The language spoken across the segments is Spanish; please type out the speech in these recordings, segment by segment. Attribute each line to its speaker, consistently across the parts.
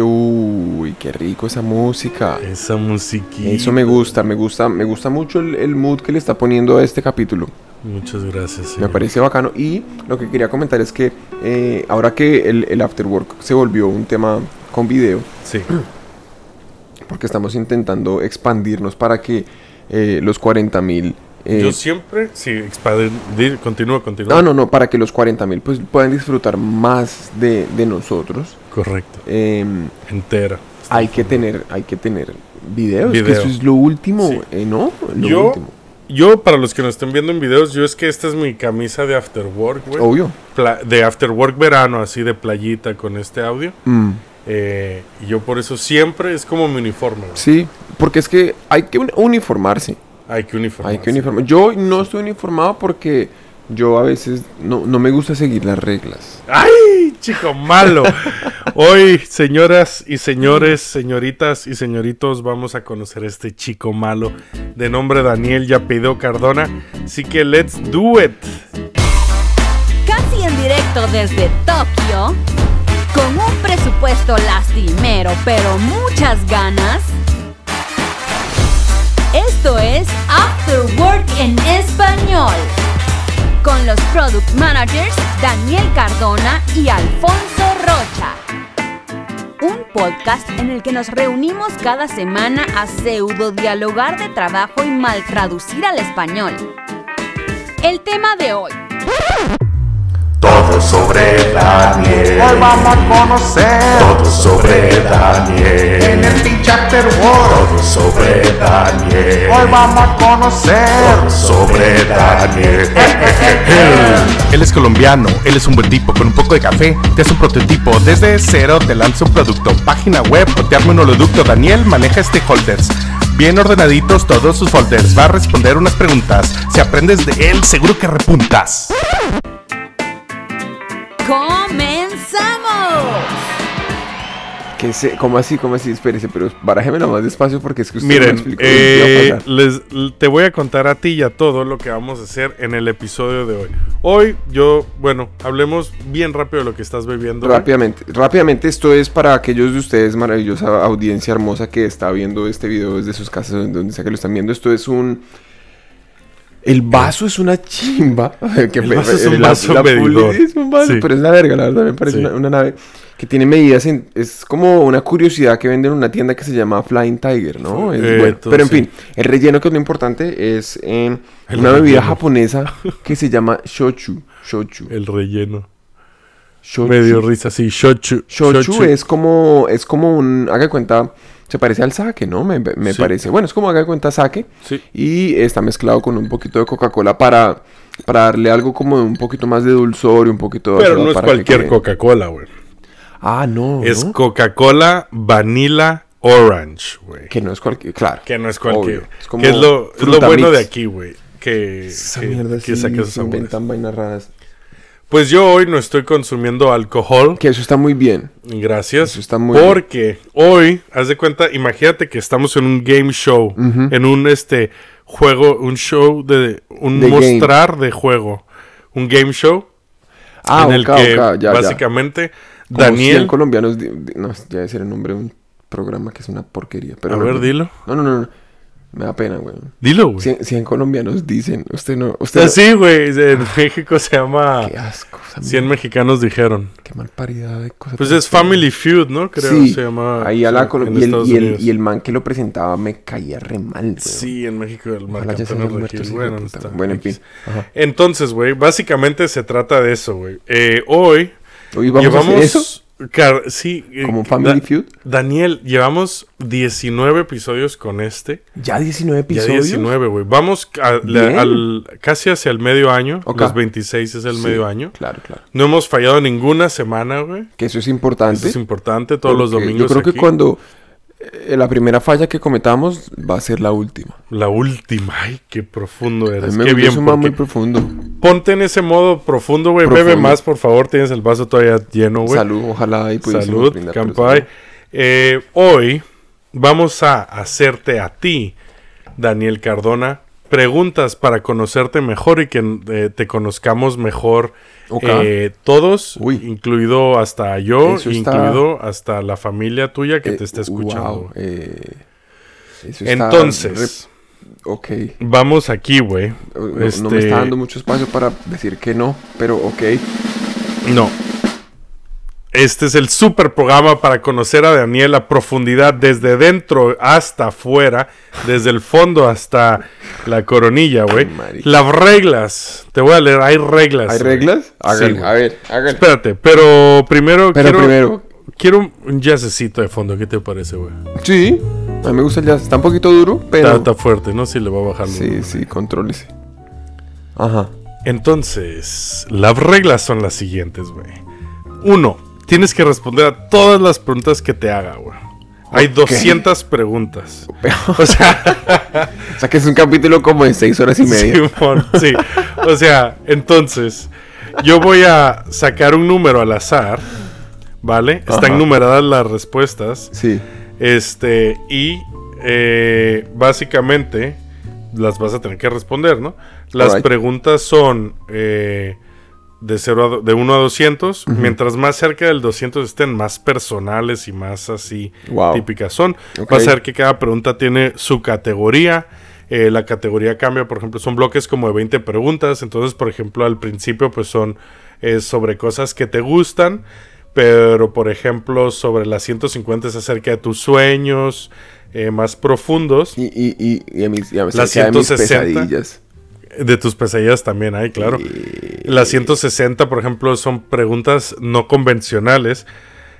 Speaker 1: Uy, qué rico esa música.
Speaker 2: Esa musiquita.
Speaker 1: Eso me gusta, me gusta, me gusta mucho el, el mood que le está poniendo a este capítulo.
Speaker 2: Muchas gracias.
Speaker 1: Me
Speaker 2: señor.
Speaker 1: parece bacano. Y lo que quería comentar es que eh, ahora que el, el Afterwork se volvió un tema con video,
Speaker 2: Sí.
Speaker 1: porque estamos intentando expandirnos para que eh, los 40 mil... eh,
Speaker 2: Yo siempre, sí, expandir, continúa, continúa.
Speaker 1: ah, no, no, no, para que los 40 mil pues, puedan disfrutar más de, de nosotros.
Speaker 2: Correcto,
Speaker 1: em,
Speaker 2: entera.
Speaker 1: hay que tener, hay que tener videos, que
Speaker 2: Video.
Speaker 1: eso es lo último,
Speaker 2: Sí.
Speaker 1: eh, ¿no? Lo
Speaker 2: Yo,
Speaker 1: último.
Speaker 2: yo, para los que nos estén viendo en videos, yo es que esta es mi camisa de After Work, güey.
Speaker 1: Obvio.
Speaker 2: Pla- de After Work verano, así de playita con este audio.
Speaker 1: Mm,
Speaker 2: Eh, y yo por eso siempre es como mi uniforme, güey.
Speaker 1: Sí, porque es que hay que un- uniformarse.
Speaker 2: Hay que uniformar.
Speaker 1: Hay que uniformar. Yo no estoy uniformado porque yo a veces no, no me gusta seguir las reglas.
Speaker 2: ¡Ay, chico malo! Hoy, señoras y señores, señoritas y señoritos, vamos a conocer a este chico malo de nombre Daniel y apellido Cardona. Así que let's do it.
Speaker 3: Casi en directo desde Tokio, con un presupuesto lastimero pero muchas ganas. Esto es After Work en español, con los product managers Daniel Cardona y Alfonso Rocha. Un podcast en el que nos reunimos cada semana a pseudo dialogar de trabajo y mal traducir al español. El tema de hoy,
Speaker 4: Todo sobre Daniel.
Speaker 5: Hoy vamos a conocer
Speaker 4: Todo sobre
Speaker 5: en el
Speaker 4: Daniel.
Speaker 5: pinche After World.
Speaker 4: Todo sobre Daniel.
Speaker 5: Hoy vamos a conocer Eh,
Speaker 4: Todo sobre Daniel.
Speaker 5: Él es colombiano, él es un buen tipo con un poco de café. Te hace un prototipo, desde cero te lanza un producto. Página web, o te arma un holoducto. Daniel maneja stakeholders. Bien ordenaditos todos sus folders. Va a responder unas preguntas. Si aprendes de él, seguro que repuntas.
Speaker 3: ¡Comenzamos!
Speaker 1: Que se, ¿Cómo así? ¿Cómo así? Espérese, pero barájemelo más despacio porque es que usted no me
Speaker 2: Miren,
Speaker 1: explicó bien qué
Speaker 2: eh,
Speaker 1: iba a pasar.
Speaker 2: les- l- te voy a contar a ti y a todo lo que vamos a hacer en el episodio de hoy. Hoy yo, bueno, hablemos bien rápido de lo que estás bebiendo. güey.
Speaker 1: Rápidamente, rápidamente, esto es para aquellos de ustedes, maravillosa audiencia hermosa que está viendo este video desde sus casas, donde donde sea que lo están viendo. Esto es un. El vaso es una chimba. que
Speaker 2: El
Speaker 1: me-
Speaker 2: vaso es un
Speaker 1: la-
Speaker 2: vaso
Speaker 1: la
Speaker 2: medidor.
Speaker 1: puli- es un vaso,
Speaker 2: Sí.
Speaker 1: pero es la verga, la verdad, me parece
Speaker 2: Sí.
Speaker 1: una, una nave que tiene medidas. en- es como una curiosidad que venden en una tienda que se llama Flying Tiger, ¿no? Es
Speaker 2: Eh,
Speaker 1: bueno.
Speaker 2: todo,
Speaker 1: Pero en
Speaker 2: sí.
Speaker 1: fin, el relleno, que es lo importante, es eh,
Speaker 2: El
Speaker 1: una bebida
Speaker 2: relleno.
Speaker 1: japonesa que se llama shochu. Shochu.
Speaker 2: El relleno.
Speaker 1: shochu.
Speaker 2: Medio risa, sí. Shochu.
Speaker 1: Shochu, es como es como un haga de cuenta se parece al sake, ¿no? Me, me
Speaker 2: Sí.
Speaker 1: parece. Bueno, es como haga de cuenta sake
Speaker 2: Sí.
Speaker 1: y está mezclado con un poquito de Coca-Cola para para darle algo como de un poquito más de dulzor y un poquito de
Speaker 2: Pero
Speaker 1: ácido
Speaker 2: no es
Speaker 1: para que
Speaker 2: cualquier
Speaker 1: quede-
Speaker 2: Coca-Cola, güey.
Speaker 1: Ah, no.
Speaker 2: Es
Speaker 1: ¿no?
Speaker 2: Coca-Cola Vanilla Orange, güey.
Speaker 1: que no es cualquier, claro.
Speaker 2: Que no es cualquier.
Speaker 1: Obvio. como
Speaker 2: que es lo, es lo
Speaker 1: fruta
Speaker 2: bueno
Speaker 1: mix.
Speaker 2: de aquí, güey. Que,
Speaker 1: Esa
Speaker 2: que-
Speaker 1: mierda
Speaker 2: que
Speaker 1: sí,
Speaker 2: saca esos
Speaker 1: se
Speaker 2: sabores.
Speaker 1: inventan vainas raras.
Speaker 2: Pues yo hoy no estoy consumiendo alcohol.
Speaker 1: Que eso está muy bien.
Speaker 2: Gracias.
Speaker 1: Eso está muy
Speaker 2: porque hoy, haz de cuenta, imagínate que estamos en un game show. En un este juego, un show de. Un
Speaker 1: De game.
Speaker 2: mostrar de juego. Un game show.
Speaker 1: Ah,
Speaker 2: en el
Speaker 1: ok,
Speaker 2: que
Speaker 1: ok, ya, ya.
Speaker 2: básicamente
Speaker 1: Como
Speaker 2: Daniel.
Speaker 1: 100 colombianos. di- di- no, ya debe ser el nombre de un programa que es una porquería. Pero
Speaker 2: A
Speaker 1: no,
Speaker 2: ver,
Speaker 1: no.
Speaker 2: dilo.
Speaker 1: No, no, no. no. Me da pena, güey.
Speaker 2: Dilo, güey.
Speaker 1: 100, colombianos dicen. Usted no. Usted no-
Speaker 2: Así, güey. En México se llama.
Speaker 1: Qué asco. esa
Speaker 2: 100
Speaker 1: mierda,
Speaker 2: mexicanos dijeron.
Speaker 1: Qué mal paridad de cosas.
Speaker 2: Pues
Speaker 1: tan
Speaker 2: es Family Feud, ¿no?
Speaker 1: feas.
Speaker 2: Creo
Speaker 1: Sí,
Speaker 2: se llama.
Speaker 1: Ahí a
Speaker 2: sí,
Speaker 1: la Colombia. Y, el-
Speaker 2: Estados
Speaker 1: y el,
Speaker 2: Unidos.
Speaker 1: y el man que lo presentaba me caía re mal, güey.
Speaker 2: Sí, en México el
Speaker 1: Ojalá ya se hayan
Speaker 2: Marcantón Regil,
Speaker 1: muerto ese hijo de
Speaker 2: Bueno, no
Speaker 1: puta.
Speaker 2: está.
Speaker 1: Bueno, en fin.
Speaker 2: X.
Speaker 1: Ajá.
Speaker 2: Entonces, güey, básicamente se trata de eso, güey. Eh, hoy
Speaker 1: Hoy vamos a hacer
Speaker 2: llevamos.
Speaker 1: eso.
Speaker 2: car- sí. eh,
Speaker 1: Como Family
Speaker 2: Da-
Speaker 1: Feud.
Speaker 2: Daniel, llevamos 19 episodios con este.
Speaker 1: Ya 19
Speaker 2: Ya
Speaker 1: episodios.
Speaker 2: 19, güey. Vamos a- la-
Speaker 1: Bien.
Speaker 2: al- casi hacia el medio año.
Speaker 1: Ok.
Speaker 2: Los 26 es el
Speaker 1: Sí,
Speaker 2: medio año.
Speaker 1: Claro, claro.
Speaker 2: No hemos fallado ninguna semana, güey.
Speaker 1: Que eso es importante.
Speaker 2: Eso es importante, todos los
Speaker 1: porque
Speaker 2: domingos.
Speaker 1: Yo creo
Speaker 2: aquí.
Speaker 1: que cuando. eh, la primera falla que cometamos va a ser la última.
Speaker 2: La última, ay, qué profundo
Speaker 1: A mí
Speaker 2: eres.
Speaker 1: me
Speaker 2: Qué
Speaker 1: gusta
Speaker 2: bien,
Speaker 1: eso, man,
Speaker 2: porque-
Speaker 1: muy profundo.
Speaker 2: Ponte en ese modo profundo, güey. Bebe
Speaker 1: Profundo.
Speaker 2: más, por favor. Tienes el vaso todavía lleno, güey.
Speaker 1: Salud, ojalá y pudiésemos
Speaker 2: Salud,
Speaker 1: brindar por eso,
Speaker 2: campai.
Speaker 1: ¿no?
Speaker 2: Eh, hoy vamos a hacerte a ti, Daniel Cardona, preguntas para conocerte mejor y que eh, te conozcamos mejor
Speaker 1: Ok.
Speaker 2: eh, todos,
Speaker 1: Uy.
Speaker 2: incluido hasta yo,
Speaker 1: Eso está-
Speaker 2: incluido hasta la familia tuya que
Speaker 1: Eh,
Speaker 2: te
Speaker 1: wow,
Speaker 2: está escuchando.
Speaker 1: eh, eso está
Speaker 2: Entonces,
Speaker 1: re- ok. Eh,
Speaker 2: vamos aquí, güey.
Speaker 1: No- No, no me
Speaker 2: Este,
Speaker 1: está dando mucho espacio para decir que no, pero ok.
Speaker 2: No. Este es el super programa para conocer a Daniel a profundidad, desde dentro hasta afuera, desde el fondo hasta la coronilla, güey.
Speaker 1: Ay, marica.
Speaker 2: Las reglas, te voy a leer, hay reglas.
Speaker 1: ¿Hay
Speaker 2: güey.
Speaker 1: reglas? Háganlo,
Speaker 2: güey.
Speaker 1: a ver, háganlo.
Speaker 2: Espérate, pero primero
Speaker 1: Pero
Speaker 2: quiero,
Speaker 1: primero.
Speaker 2: quiero un- un jazzcito de fondo, ¿qué te parece, güey?
Speaker 1: Sí, a mí me gusta el jazz. Está un poquito duro, pero.
Speaker 2: Está, está fuerte, no sé si le va a bajar.
Speaker 1: Sí, sí, contrólese. Ajá.
Speaker 2: Entonces, las reglas son las siguientes, güey. Uno, tienes que responder a todas las preguntas que te haga, güey. Hay
Speaker 1: Ok.
Speaker 2: 200 preguntas. O sea,
Speaker 1: O sea que es un capítulo como de seis horas y media.
Speaker 2: Simón, sí. O sea, entonces, yo voy a sacar un número al azar, ¿vale? Están
Speaker 1: Ajá.
Speaker 2: numeradas las respuestas.
Speaker 1: Sí.
Speaker 2: Este, y eh, básicamente las vas a tener que responder, ¿no? Las
Speaker 1: Alright.
Speaker 2: preguntas son eh, de, 0 a do- de 1 a 200. Mientras más cerca del 200 estén, más personales y más así
Speaker 1: Wow.
Speaker 2: típicas son.
Speaker 1: Ok.
Speaker 2: Vas a ver que cada pregunta tiene su categoría. eh, la categoría cambia, por ejemplo, son bloques como de 20 preguntas. Entonces, por ejemplo, al principio, pues son eh, sobre cosas que te gustan. Pero, por ejemplo, sobre las 150 es acerca de tus sueños eh, más profundos.
Speaker 1: Y, y, y, y a mis, y a
Speaker 2: Las
Speaker 1: acerca de mis
Speaker 2: 160.
Speaker 1: pesadillas.
Speaker 2: De tus pesadillas también hay, claro. Las 160, por ejemplo, son preguntas no convencionales.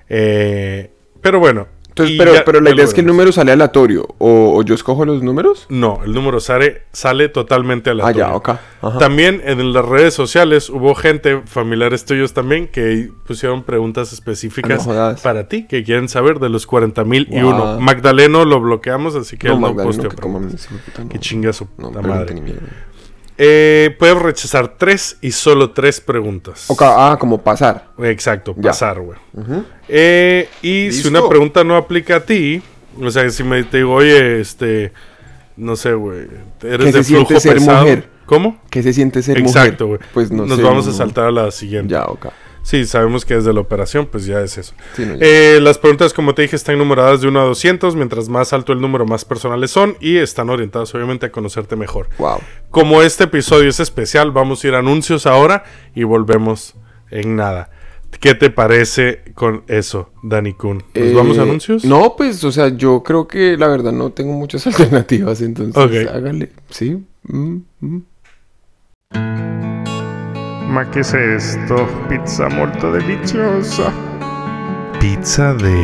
Speaker 2: eh, pero bueno.
Speaker 1: Entonces,
Speaker 2: y
Speaker 1: pero,
Speaker 2: ya-
Speaker 1: pero la
Speaker 2: ya
Speaker 1: idea
Speaker 2: lo
Speaker 1: es que el
Speaker 2: veremos.
Speaker 1: número sale aleatorio. ¿O, o yo escojo los números?
Speaker 2: No, el número sale, sale totalmente aleatorio.
Speaker 1: Ah, ya, ok. Ajá.
Speaker 2: También en las redes sociales hubo gente, familiares tuyos también, que pusieron preguntas específicas
Speaker 1: Ah, no jodas.
Speaker 2: para ti, que quieren saber de los 40 mil y
Speaker 1: Wow.
Speaker 2: uno. Magdaleno lo bloqueamos, así que
Speaker 1: No,
Speaker 2: él no
Speaker 1: Magdaleno,
Speaker 2: posteó
Speaker 1: que
Speaker 2: preguntas.
Speaker 1: coman, sí, puta, no.
Speaker 2: Que chinga su
Speaker 1: No,
Speaker 2: puta
Speaker 1: pregunta ni
Speaker 2: madre.
Speaker 1: mierda.
Speaker 2: Eh, puedes rechazar tres y solo tres preguntas.
Speaker 1: Ok, ah, como pasar.
Speaker 2: Exacto,
Speaker 1: Ya.
Speaker 2: pasar, güey. Eh, y si
Speaker 1: ¿Listo?
Speaker 2: una pregunta no aplica a ti, o sea, si me te digo, oye, este, no sé, güey, eres
Speaker 1: ¿Qué se
Speaker 2: de
Speaker 1: siente
Speaker 2: flujo
Speaker 1: ser
Speaker 2: pesado.
Speaker 1: mujer?
Speaker 2: ¿Cómo?
Speaker 1: ¿Qué se siente ser mujer?
Speaker 2: Exacto, güey.
Speaker 1: Pues no
Speaker 2: Nos
Speaker 1: sé,
Speaker 2: vamos a
Speaker 1: no.
Speaker 2: saltar a la siguiente.
Speaker 1: Ya, ok.
Speaker 2: Sí, sabemos que desde la operación, pues ya es eso.
Speaker 1: Sí, no, ya.
Speaker 2: Eh, las preguntas, como te dije, están numeradas de 1 a 200. Mientras más alto el número, más personales son y están orientadas, obviamente, a conocerte mejor.
Speaker 1: Wow.
Speaker 2: Como este episodio es especial, vamos a ir a anuncios ahora y volvemos en nada. ¿Qué te parece con eso, Dani Kun? ¿Nos
Speaker 1: Eh,
Speaker 2: vamos a anuncios?
Speaker 1: No, pues, o sea, yo creo que la verdad no tengo muchas alternativas, entonces
Speaker 2: Ok.
Speaker 1: hágale. Sí. mm, mm.
Speaker 6: Ma che è esto? Pizza molto deliziosa.
Speaker 2: Pizza de.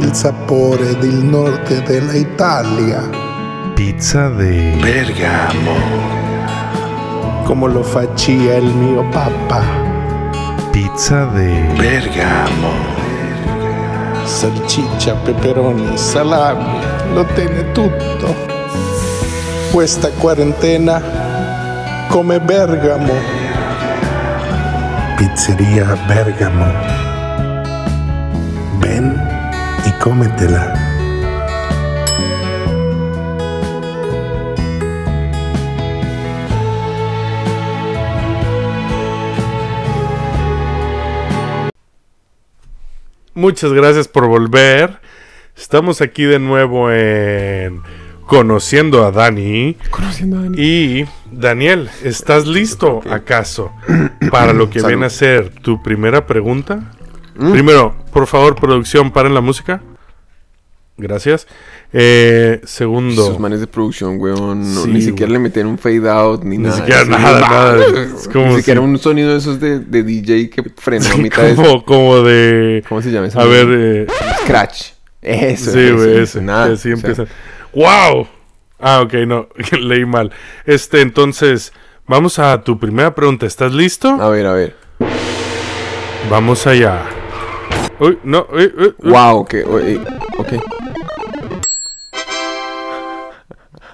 Speaker 7: il sapore del nord dell'Italia,
Speaker 2: Pizza de.
Speaker 7: come lo faccia il mio papà.
Speaker 2: Pizza de.
Speaker 7: Salsiccia, peperoni, salami, lo tiene tutto. Questa quarantena come Bergamo. Pizzeria Bergamo. Ven e cometela.
Speaker 2: Muchas gracias por volver. Estamos aquí de nuevo en Conociendo a Dani.
Speaker 1: Conociendo a Dani.
Speaker 2: Y Daniel, ¿estás listo acaso para lo que
Speaker 1: Salud. Mm.
Speaker 2: viene a ser tu primera pregunta? Primero, por favor, producción, paren la música. Gracias. Eh, segundo,
Speaker 1: Esos manes de producción, weón, no,
Speaker 2: Sí,
Speaker 1: ni siquiera
Speaker 2: güey.
Speaker 1: le metieron un fade out ni,
Speaker 2: ni
Speaker 1: nada.
Speaker 2: siquiera
Speaker 1: Sí,
Speaker 2: nada,
Speaker 1: no,
Speaker 2: nada.
Speaker 1: no,
Speaker 2: Es como
Speaker 1: ni
Speaker 2: si-
Speaker 1: siquiera un sonido de esos de, de DJ que frenó a mitad de
Speaker 2: como, como de...
Speaker 1: ¿Cómo se llama esa
Speaker 2: A
Speaker 1: mierda?
Speaker 2: ver, eh,
Speaker 1: Scratch. Eso.
Speaker 2: sí,
Speaker 1: eso,
Speaker 2: güey,
Speaker 1: eso,
Speaker 2: ese.
Speaker 1: nada,
Speaker 2: que así
Speaker 1: o sea,
Speaker 2: empiezan. ¡Wow! Ah, ok, no, leí mal. Este, entonces, vamos a tu primera pregunta. ¿Estás listo?
Speaker 1: A ver, a ver.
Speaker 2: Vamos allá. Uy, no, uy, uy, uy.
Speaker 1: Wow, que. oye, ok.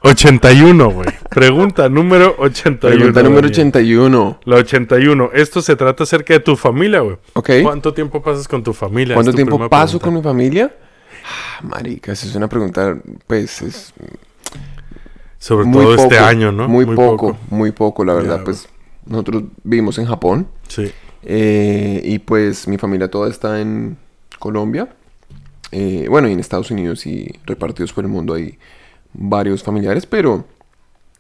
Speaker 2: 81, güey. Pregunta número 81.
Speaker 1: Pregunta número
Speaker 2: Daniel.
Speaker 1: 81.
Speaker 2: La 81. Esto se trata acerca de tu familia, güey.
Speaker 1: Ok.
Speaker 2: ¿Cuánto tiempo pasas con tu familia?
Speaker 1: ¿Cuánto
Speaker 2: Es tu
Speaker 1: tiempo
Speaker 2: primera
Speaker 1: paso
Speaker 2: pregunta.
Speaker 1: con mi familia? Ah, marica, esa es una pregunta, pues es
Speaker 2: Sobre
Speaker 1: Muy
Speaker 2: todo este
Speaker 1: poco,
Speaker 2: año, ¿no?
Speaker 1: Muy, poco, muy poco, la verdad.
Speaker 2: Ya,
Speaker 1: pues nosotros vivimos en Japón
Speaker 2: Sí.
Speaker 1: eh, y pues mi familia toda está en Colombia. eh, bueno, y en Estados Unidos y repartidos por el mundo hay varios familiares, pero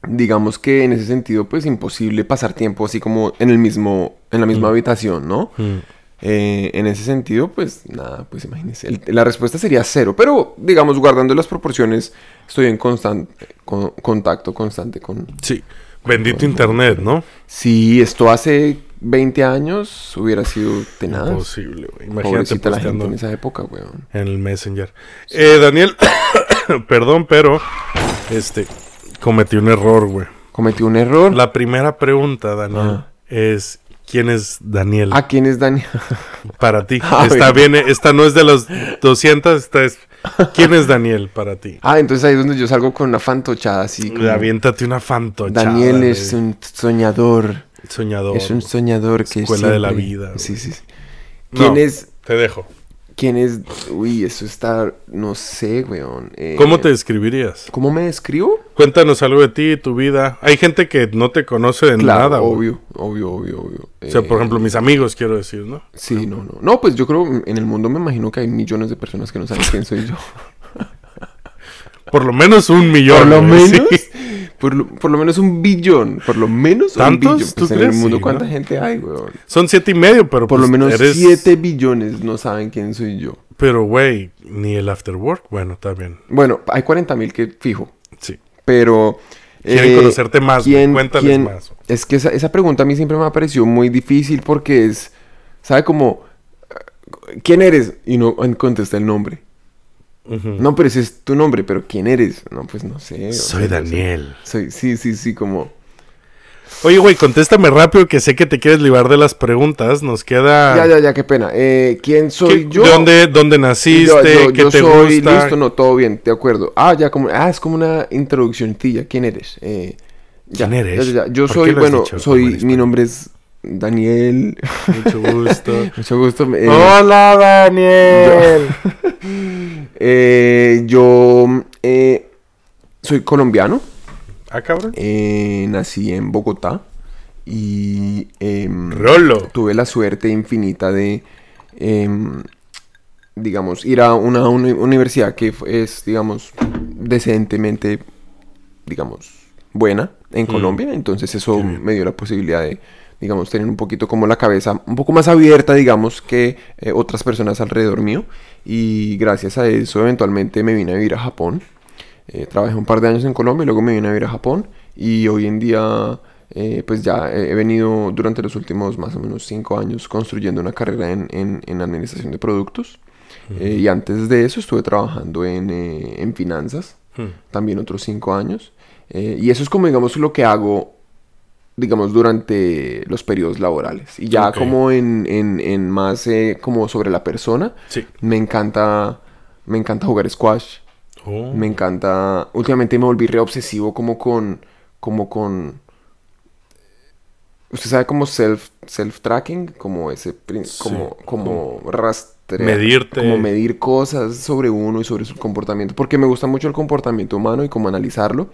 Speaker 1: digamos que en ese sentido pues imposible pasar tiempo así como en el mismo, en la misma habitación, ¿no?
Speaker 2: Mm.
Speaker 1: Eh, en ese sentido, pues nada, pues imagínense. El- la respuesta sería cero, pero digamos, guardando las proporciones, estoy en constan- con- contacto constante con...
Speaker 2: Sí. Bendito internet, ¿no?
Speaker 1: Si esto hace 20 años hubiera sido tenaz.
Speaker 2: Imposible, güey. Imagínate
Speaker 1: Pobrecita la gente
Speaker 2: posteando
Speaker 1: en esa época, weón.
Speaker 2: en el Messenger. Eh, Daniel, perdón, pero este cometí un error, güey.
Speaker 1: Cometí un error.
Speaker 2: La primera pregunta, Daniel,
Speaker 1: Ah.
Speaker 2: es ¿quién es Daniel
Speaker 1: ¿A quién es Daniel?
Speaker 2: para ti?
Speaker 1: Ah,
Speaker 2: Está
Speaker 1: bien.
Speaker 2: bien, eh, esta no es de los 200, esta es ¿quién es Daniel para ti?
Speaker 1: ah, entonces ahí es donde yo salgo con una fantochada así. como,
Speaker 2: Aviéntate una fantochada.
Speaker 1: Daniel
Speaker 2: de
Speaker 1: es un soñador.
Speaker 2: soñador.
Speaker 1: Es un soñador que
Speaker 2: Escuela de la
Speaker 1: siempre-
Speaker 2: vida,
Speaker 1: Sí, sí. sí.
Speaker 2: No,
Speaker 1: ¿Quién es
Speaker 2: Te dejo.
Speaker 1: ¿Quién es? Uy, eso está. No sé, weón. Eh,
Speaker 2: ¿Cómo te describirías?
Speaker 1: ¿Cómo me describo?
Speaker 2: Cuéntanos algo de ti, tu vida. Hay gente que no te conoce de
Speaker 1: Claro,
Speaker 2: nada, güey.
Speaker 1: obvio, obvio, obvio, obvio. Eh,
Speaker 2: O sea, por ejemplo, mis amigos, quiero decir, ¿no?
Speaker 1: Sí, no, no. No, pues yo creo en el mundo me imagino que hay millones de personas que no saben quién soy yo.
Speaker 2: Por lo menos un
Speaker 1: por
Speaker 2: millón.
Speaker 1: lo
Speaker 2: güey, sí.
Speaker 1: menos. Por, lo, por lo menos un billón. Por lo menos
Speaker 2: ¿Tantos?
Speaker 1: un billón.
Speaker 2: ¿Tú
Speaker 1: Pues en el
Speaker 2: crees?
Speaker 1: mundo,
Speaker 2: Sí,
Speaker 1: ¿cuánta
Speaker 2: ¿no?
Speaker 1: gente hay, weón?
Speaker 2: Son siete y medio, pero
Speaker 1: Por lo
Speaker 2: pues,
Speaker 1: menos
Speaker 2: eres-
Speaker 1: 7 billones no saben quién soy yo.
Speaker 2: Pero, güey, ni el after work. Bueno, está bien.
Speaker 1: Bueno, hay 40 mil que fijo.
Speaker 2: Sí.
Speaker 1: Pero. eh,
Speaker 2: Quieren conocerte más, güey. Cuéntales más.
Speaker 1: Es que esa, esa pregunta a mí siempre me ha parecido muy difícil porque es. ¿Sabe cómo? ¿Quién eres? Y no an- contesta el nombre.
Speaker 2: Ujú.
Speaker 1: No, pero ese es tu nombre, pero ¿quién eres? No, pues no sé. o
Speaker 2: Soy
Speaker 1: sea, no sé.
Speaker 2: Daniel.
Speaker 1: Soy, sí, sí, sí, como.
Speaker 2: Oye, güey, contéstame rápido que sé que te quieres librar de las preguntas. Nos queda.
Speaker 1: Ya, ya, ya, qué pena. Eh, ¿Quién soy
Speaker 2: Ah. ¿Qué-
Speaker 1: yo?
Speaker 2: ¿De dónde, dónde naciste?
Speaker 1: Yo- yo,
Speaker 2: ¿Qué
Speaker 1: yo
Speaker 2: te
Speaker 1: soy,
Speaker 2: gusta?
Speaker 1: listo, no, todo bien, de acuerdo. Ah, ya, como, ah, es como una introduccioncilla. ¿Quién eres? Eh, ya,
Speaker 2: ¿Quién eres?
Speaker 1: ya, ya, ya. Yo
Speaker 2: ¿Por qué
Speaker 1: soy,
Speaker 2: lo has
Speaker 1: bueno,
Speaker 2: dicho como
Speaker 1: soy,
Speaker 2: eres,
Speaker 1: mi
Speaker 2: Pablo?
Speaker 1: nombre es Daniel.
Speaker 2: Mucho gusto.
Speaker 1: Mucho gusto. eh,
Speaker 2: Hola, Daniel.
Speaker 1: eh, yo eh, soy colombiano,
Speaker 2: Ah, cabrón.
Speaker 1: eh, nací en Bogotá y em,
Speaker 2: Rolo.
Speaker 1: tuve la suerte infinita de, em, digamos, ir a una uni- universidad que f- es, digamos, decentemente, digamos, buena en Colombia. Entonces eso me dio la posibilidad de, digamos, tener un poquito como la cabeza un poco más abierta, digamos, que eh, otras personas alrededor mío. Y gracias a eso eventualmente me vine a vivir a Japón. Eh, trabajé un par de años en Colombia y luego me vine a vivir a Japón. Y hoy en día, eh, pues ya he he venido durante los últimos más o menos cinco años construyendo una carrera en, en- en administración de productos. Eh, y antes de eso estuve trabajando en, eh, en finanzas,
Speaker 2: Hmm.
Speaker 1: también otros cinco años. Eh, y eso es como, digamos, lo que hago, digamos, durante los periodos laborales. Y ya
Speaker 2: Ok.
Speaker 1: como en, en- en más, eh, como sobre la persona,
Speaker 2: Sí.
Speaker 1: me encanta, me encanta jugar squash.
Speaker 2: Oh.
Speaker 1: Me encanta. Últimamente me volví re obsesivo como con. como con. Usted sabe como self self tracking, como ese prin- como como rastrear,
Speaker 2: Medirte.
Speaker 1: como medir cosas sobre uno y sobre su comportamiento, porque me gusta mucho el comportamiento humano y cómo analizarlo.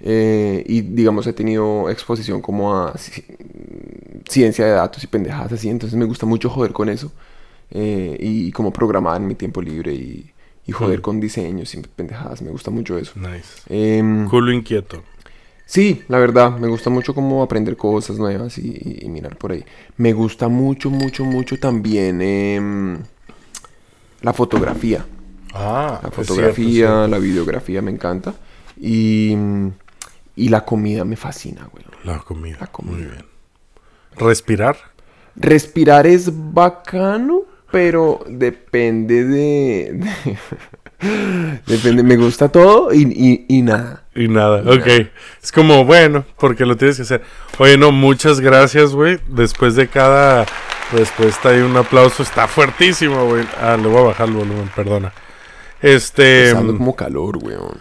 Speaker 1: Eh, y digamos he tenido exposición como a ci- ciencia de datos y pendejadas así, entonces me gusta mucho joder con eso eh, y, como programar en mi tiempo libre y, y joder con diseños y pendejadas, me gusta mucho eso.
Speaker 2: Nice.
Speaker 1: Em,
Speaker 2: Culo inquieto.
Speaker 1: Sí, la verdad, me gusta mucho como aprender cosas nuevas y, y- y mirar por ahí. Me gusta mucho, mucho, mucho también em, la fotografía.
Speaker 2: Ah,
Speaker 1: La
Speaker 2: es
Speaker 1: fotografía,
Speaker 2: cierto,
Speaker 1: la videografía me encanta. Y, mm, y la comida me fascina, güey.
Speaker 2: sí. La comida.
Speaker 1: La comida.
Speaker 2: Muy bien. Respirar.
Speaker 1: Respirar es bacano, pero depende de... de- depende, me gusta todo y, y- y nada.
Speaker 2: Y nada, ok. Es como, bueno, porque lo tienes que hacer. Oye, no, muchas gracias, güey. Después de cada respuesta hay un aplauso. Está fuertísimo, güey. Ah, le voy a bajar el volumen, perdona. Este...
Speaker 1: Está dando Pues, como calor, weón.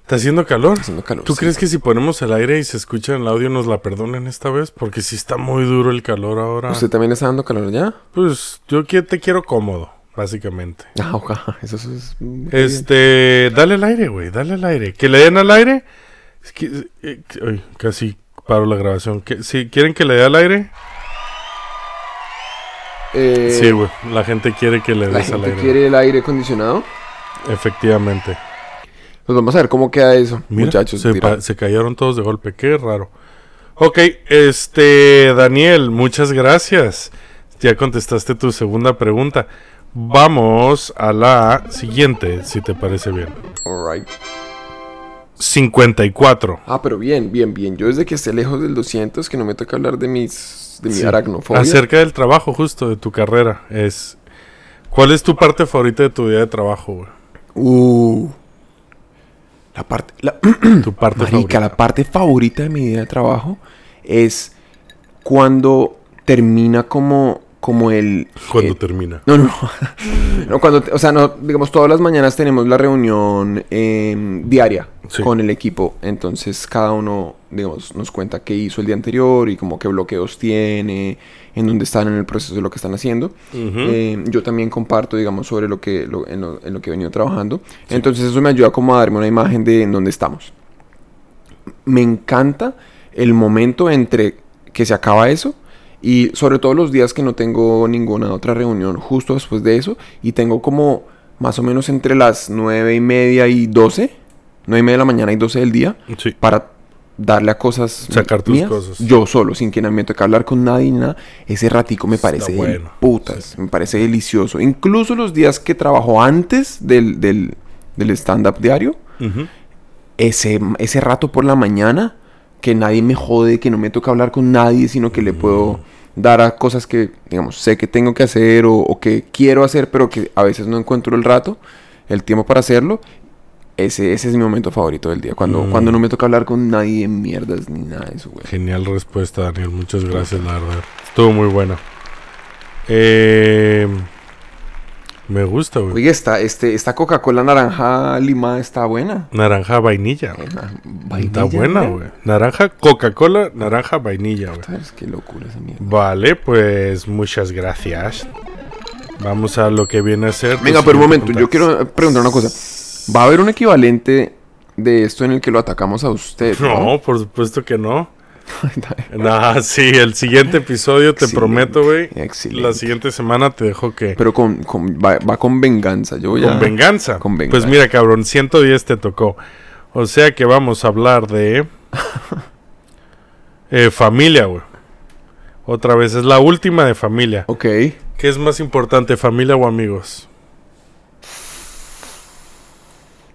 Speaker 2: ¿Está haciendo calor?
Speaker 1: haciendo calor,
Speaker 2: ¿Tú
Speaker 1: sí.
Speaker 2: crees que si ponemos el aire y se escucha en el audio nos la perdonen esta vez? Porque sí está muy duro el calor ahora.
Speaker 1: ¿Usted también le está dando calor ya?
Speaker 2: Pues yo que te quiero cómodo, básicamente.
Speaker 1: Ah, oja, eso es... muy bien.
Speaker 2: Este, dale el aire, güey, dale el aire. Que le den al aire Es que- eh, ay, casi paro la grabación. ¿Qué- si ¿Quieren que le dé al aire?
Speaker 1: Eh,
Speaker 2: sí, güey. La gente quiere que le
Speaker 1: La
Speaker 2: des al
Speaker 1: gente
Speaker 2: aire.
Speaker 1: quiere el aire acondicionado.
Speaker 2: Efectivamente.
Speaker 1: Pues vamos a ver cómo queda eso,
Speaker 2: Mira,
Speaker 1: muchachos.
Speaker 2: se,
Speaker 1: tira.
Speaker 2: pa- se cayeron todos de golpe, qué raro. Ok, este, Daniel, muchas gracias. Ya contestaste tu segunda pregunta. Vamos a la siguiente, si te parece bien.
Speaker 1: Alright.
Speaker 2: 54.
Speaker 1: Ah, pero bien, bien, bien. Yo desde que esté lejos del 200, que no me toca hablar de mis de mi
Speaker 2: Sí.
Speaker 1: aracnofobia.
Speaker 2: Acerca del trabajo, justo, de tu carrera. Es, ¿Cuál es tu parte favorita de tu día de trabajo, güey?
Speaker 1: Uh. La parte la
Speaker 2: Tu parte
Speaker 1: Marica,
Speaker 2: favorita.
Speaker 1: la parte favorita de mi día de trabajo es cuando termina como como el eh,
Speaker 2: Cuando
Speaker 1: el-
Speaker 2: termina.
Speaker 1: No, no. No, cuando, te- o sea, no, digamos, todas las mañanas tenemos la reunión em, diaria
Speaker 2: Sí.
Speaker 1: con el equipo. Entonces, cada uno, digamos, nos cuenta qué hizo el día anterior y como qué bloqueos tiene, en dónde están en el proceso de lo que están haciendo.
Speaker 2: Ujú.
Speaker 1: Em, yo también comparto, digamos, sobre lo que, lo- en, lo, en lo que he venido trabajando. Entonces, eso me ayuda como a darme una imagen de en dónde estamos. Me encanta el momento entre que se acaba eso y sobre todo los días que no tengo ninguna otra reunión justo después de eso y tengo como más o menos entre las nueve y media y 12, 9 y media de la mañana y 12 del día
Speaker 2: Sí.
Speaker 1: para darle a cosas
Speaker 2: Sacar tus cosas.
Speaker 1: yo solo sin que na- me toque hablar con nadie ni nada ese ratico me parece del
Speaker 2: bueno,
Speaker 1: putas me parece delicioso incluso los días que trabajo antes del, del, del stand up diario
Speaker 2: Ujú.
Speaker 1: ese, ese rato por la mañana que nadie me jode, que no me toca hablar con nadie, sino que le
Speaker 2: Mm.
Speaker 1: puedo dar a cosas que, digamos, sé que tengo que hacer o, o que quiero hacer, pero que a veces no encuentro el rato, el tiempo para hacerlo. Ese, ese es mi momento favorito del día, cuando,
Speaker 2: Mm.
Speaker 1: cuando no me toca hablar con nadie en mierdas ni nada de eso, güey.
Speaker 2: Genial respuesta, Daniel. Muchas gracias, la verdad. Estuvo muy buena. Eh, me gusta, güey.
Speaker 1: Oye, esta, este, esta Coca-Cola naranja lima está buena.
Speaker 2: Naranja vainilla. güey.
Speaker 1: Ah,
Speaker 2: Está
Speaker 1: vainilla,
Speaker 2: buena, güey. Naranja, Coca-Cola, naranja vainilla, güey.
Speaker 1: Sabes Qué locura esa mierda.
Speaker 2: Vale, pues muchas gracias. Vamos a lo que viene a ser. tu
Speaker 1: Venga, pero un
Speaker 2: siguiente
Speaker 1: momento, yo
Speaker 2: pregunta.
Speaker 1: quiero eh, preguntar una cosa. Va a haber un equivalente de esto en el que lo atacamos a usted.
Speaker 2: No, por supuesto que no. Nah, sí, el siguiente episodio te
Speaker 1: Excelente,
Speaker 2: prometo, güey. La
Speaker 1: eh, excelente.
Speaker 2: siguiente semana te dejo que.
Speaker 1: Pero con, con- va, va con venganza. Yo voy
Speaker 2: Con
Speaker 1: a-
Speaker 2: venganza.
Speaker 1: Con venganza.
Speaker 2: Pues mira, cabrón, 110 te tocó. O sea que vamos a hablar de. eh, familia, güey. Otra vez, es la última de familia.
Speaker 1: Ok.
Speaker 2: ¿Qué es más importante, familia o amigos?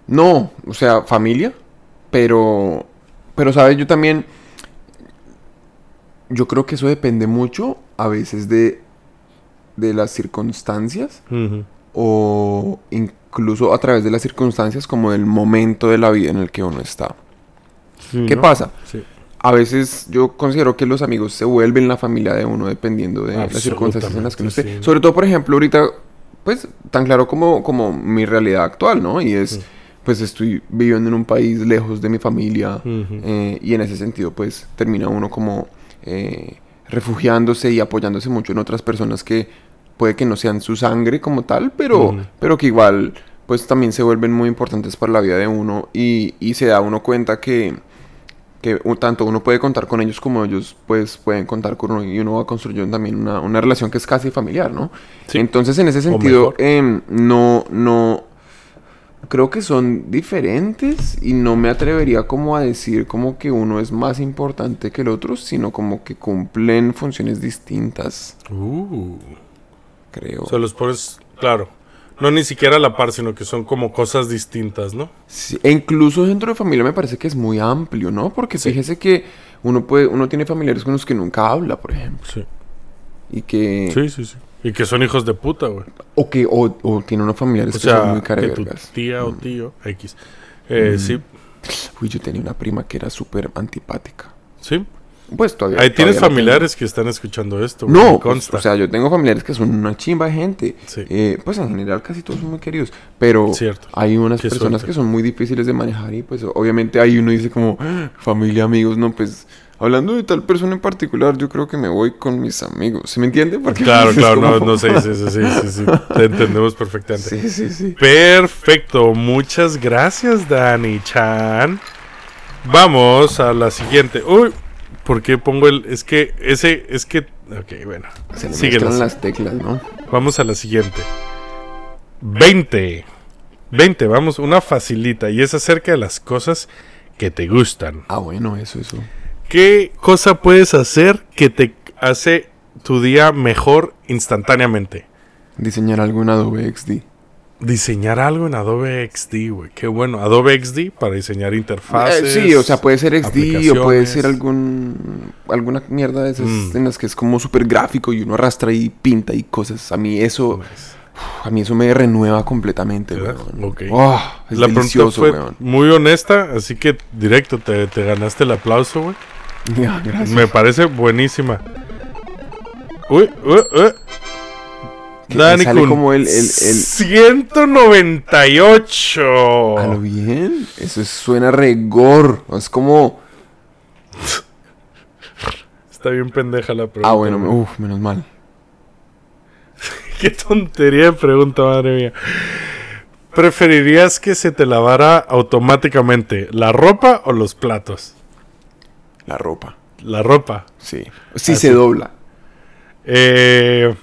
Speaker 1: No, o sea, familia. Pero, pero, ¿sabes? Yo también... Yo creo que eso depende mucho a veces de, de las circunstancias
Speaker 2: Ujú.
Speaker 1: o incluso a través de las circunstancias como del momento de la vida en el que uno está.
Speaker 2: Sí,
Speaker 1: ¿Qué
Speaker 2: ¿no?
Speaker 1: pasa?
Speaker 2: Sí.
Speaker 1: A veces yo considero que los amigos se vuelven la familia de uno dependiendo de las circunstancias en las que uno esté.
Speaker 2: Absolutamente, sí.
Speaker 1: Sobre todo, por ejemplo, ahorita, pues, tan claro como, como mi realidad actual, ¿no? Y
Speaker 2: Mm.
Speaker 1: es, pues, estoy viviendo en un país lejos de mi familia
Speaker 2: Ujú.
Speaker 1: eh, y en ese sentido, pues, termina uno como eh, refugiándose y apoyándose mucho en otras personas que puede que no sean su sangre como tal, pero,
Speaker 2: Ujú.
Speaker 1: pero que igual, pues, también se vuelven muy importantes para la vida de uno y, y se da uno cuenta que que u- tanto uno puede contar con ellos como ellos pues pueden contar con uno y uno va construyendo también una, una relación que es casi familiar, ¿no?
Speaker 2: Sí.
Speaker 1: Entonces en ese sentido
Speaker 2: mejor.
Speaker 1: em, no, no, creo que son diferentes y no me atrevería como a decir como que uno es más importante que el otro, sino como que cumplen funciones distintas,
Speaker 2: Uh.
Speaker 1: creo.
Speaker 2: O sea, los pones, claro. No ni siquiera a la par, sino que son como cosas distintas, ¿no?
Speaker 1: Sí, e incluso dentro de familia me parece que es muy amplio, ¿no? Porque fíjese que uno puede, uno tiene familiares con los que nunca habla, por ejemplo,
Speaker 2: Sí.
Speaker 1: y que...
Speaker 2: Sí, sí, sí. Y que son hijos de puta, güey.
Speaker 1: O que o, o tiene unos familiares
Speaker 2: O
Speaker 1: que son
Speaker 2: sea,
Speaker 1: muy Mm.
Speaker 2: que tu
Speaker 1: carevergas.
Speaker 2: tía o tío, X. Eh, Sí,
Speaker 1: Uy, yo tenía una prima que era súper antipática.
Speaker 2: sí.
Speaker 1: Pues todavía.
Speaker 2: Ahí tienes
Speaker 1: todavía la
Speaker 2: familiares que están escuchando esto.
Speaker 1: tengo.
Speaker 2: güey,
Speaker 1: No,
Speaker 2: me
Speaker 1: pues,
Speaker 2: consta.
Speaker 1: o sea, yo tengo familiares que son una chimba de gente.
Speaker 2: Sí.
Speaker 1: Eh, pues en general casi todos son muy queridos. Pero
Speaker 2: Cierto.
Speaker 1: hay unas
Speaker 2: Qué
Speaker 1: personas
Speaker 2: suerte.
Speaker 1: que son muy difíciles de manejar y pues obviamente ahí uno dice como "Ah, familia, amigos, no, pues hablando de tal persona en particular, yo creo que me voy con mis amigos. ¿Se me entiende? Porque pues,
Speaker 2: claro,
Speaker 1: es
Speaker 2: claro, no,
Speaker 1: como-
Speaker 2: no sé, sí, sí, sí, sí, sí, Te entendemos perfectamente.
Speaker 1: Sí, sí, sí.
Speaker 2: Perfecto, muchas gracias, Dani Chan. Vamos a la siguiente. Uy, ¿por qué pongo el...? Es que ese... Es que... Ok, bueno.
Speaker 1: Se le
Speaker 2: Síguelas.
Speaker 1: mezclan las teclas, ¿no?
Speaker 2: Vamos a la siguiente. 20. 20, vamos, una facilita. Y es acerca de las cosas que te gustan.
Speaker 1: Ah, bueno, eso, eso.
Speaker 2: ¿Qué cosa puedes hacer que te hace tu día mejor instantáneamente?
Speaker 1: Diseñar algún Adobe XD.
Speaker 2: Diseñar algo en Adobe XD, güey. Qué bueno. Adobe XD para diseñar interfaces.
Speaker 1: Eh, sí, o sea, puede ser XD o puede ser
Speaker 2: aplicaciones. Mm.
Speaker 1: algún alguna mierda de esas en las que es como súper gráfico y uno arrastra y pinta y cosas. A mí eso, uf, a mí eso me renueva completamente,
Speaker 2: ¿Verdad?
Speaker 1: weón.
Speaker 2: Ok.
Speaker 1: Ah, es
Speaker 2: la pregunta
Speaker 1: delicioso,
Speaker 2: fue
Speaker 1: weón.
Speaker 2: muy honesta, así que directo te, te ganaste el aplauso, güey.
Speaker 1: Ya, gracias.
Speaker 2: Me parece buenísima. Uy, uy, uy.
Speaker 1: Que me sale
Speaker 2: Kun.
Speaker 1: como el- el- el-
Speaker 2: 198.
Speaker 1: A Ah, lo bien, eso es- suena regor. Es como. ah,
Speaker 2: Está bien pendeja la pregunta.
Speaker 1: Ah, bueno, me-
Speaker 2: güey.
Speaker 1: uf, menos mal.
Speaker 2: Qué tontería de pregunta, madre mía. ¿Preferirías que se te lavara automáticamente la ropa o los platos?
Speaker 1: La ropa,
Speaker 2: La ropa.
Speaker 1: sí. Si se
Speaker 2: Ah, sí.
Speaker 1: dobla.
Speaker 2: Eh,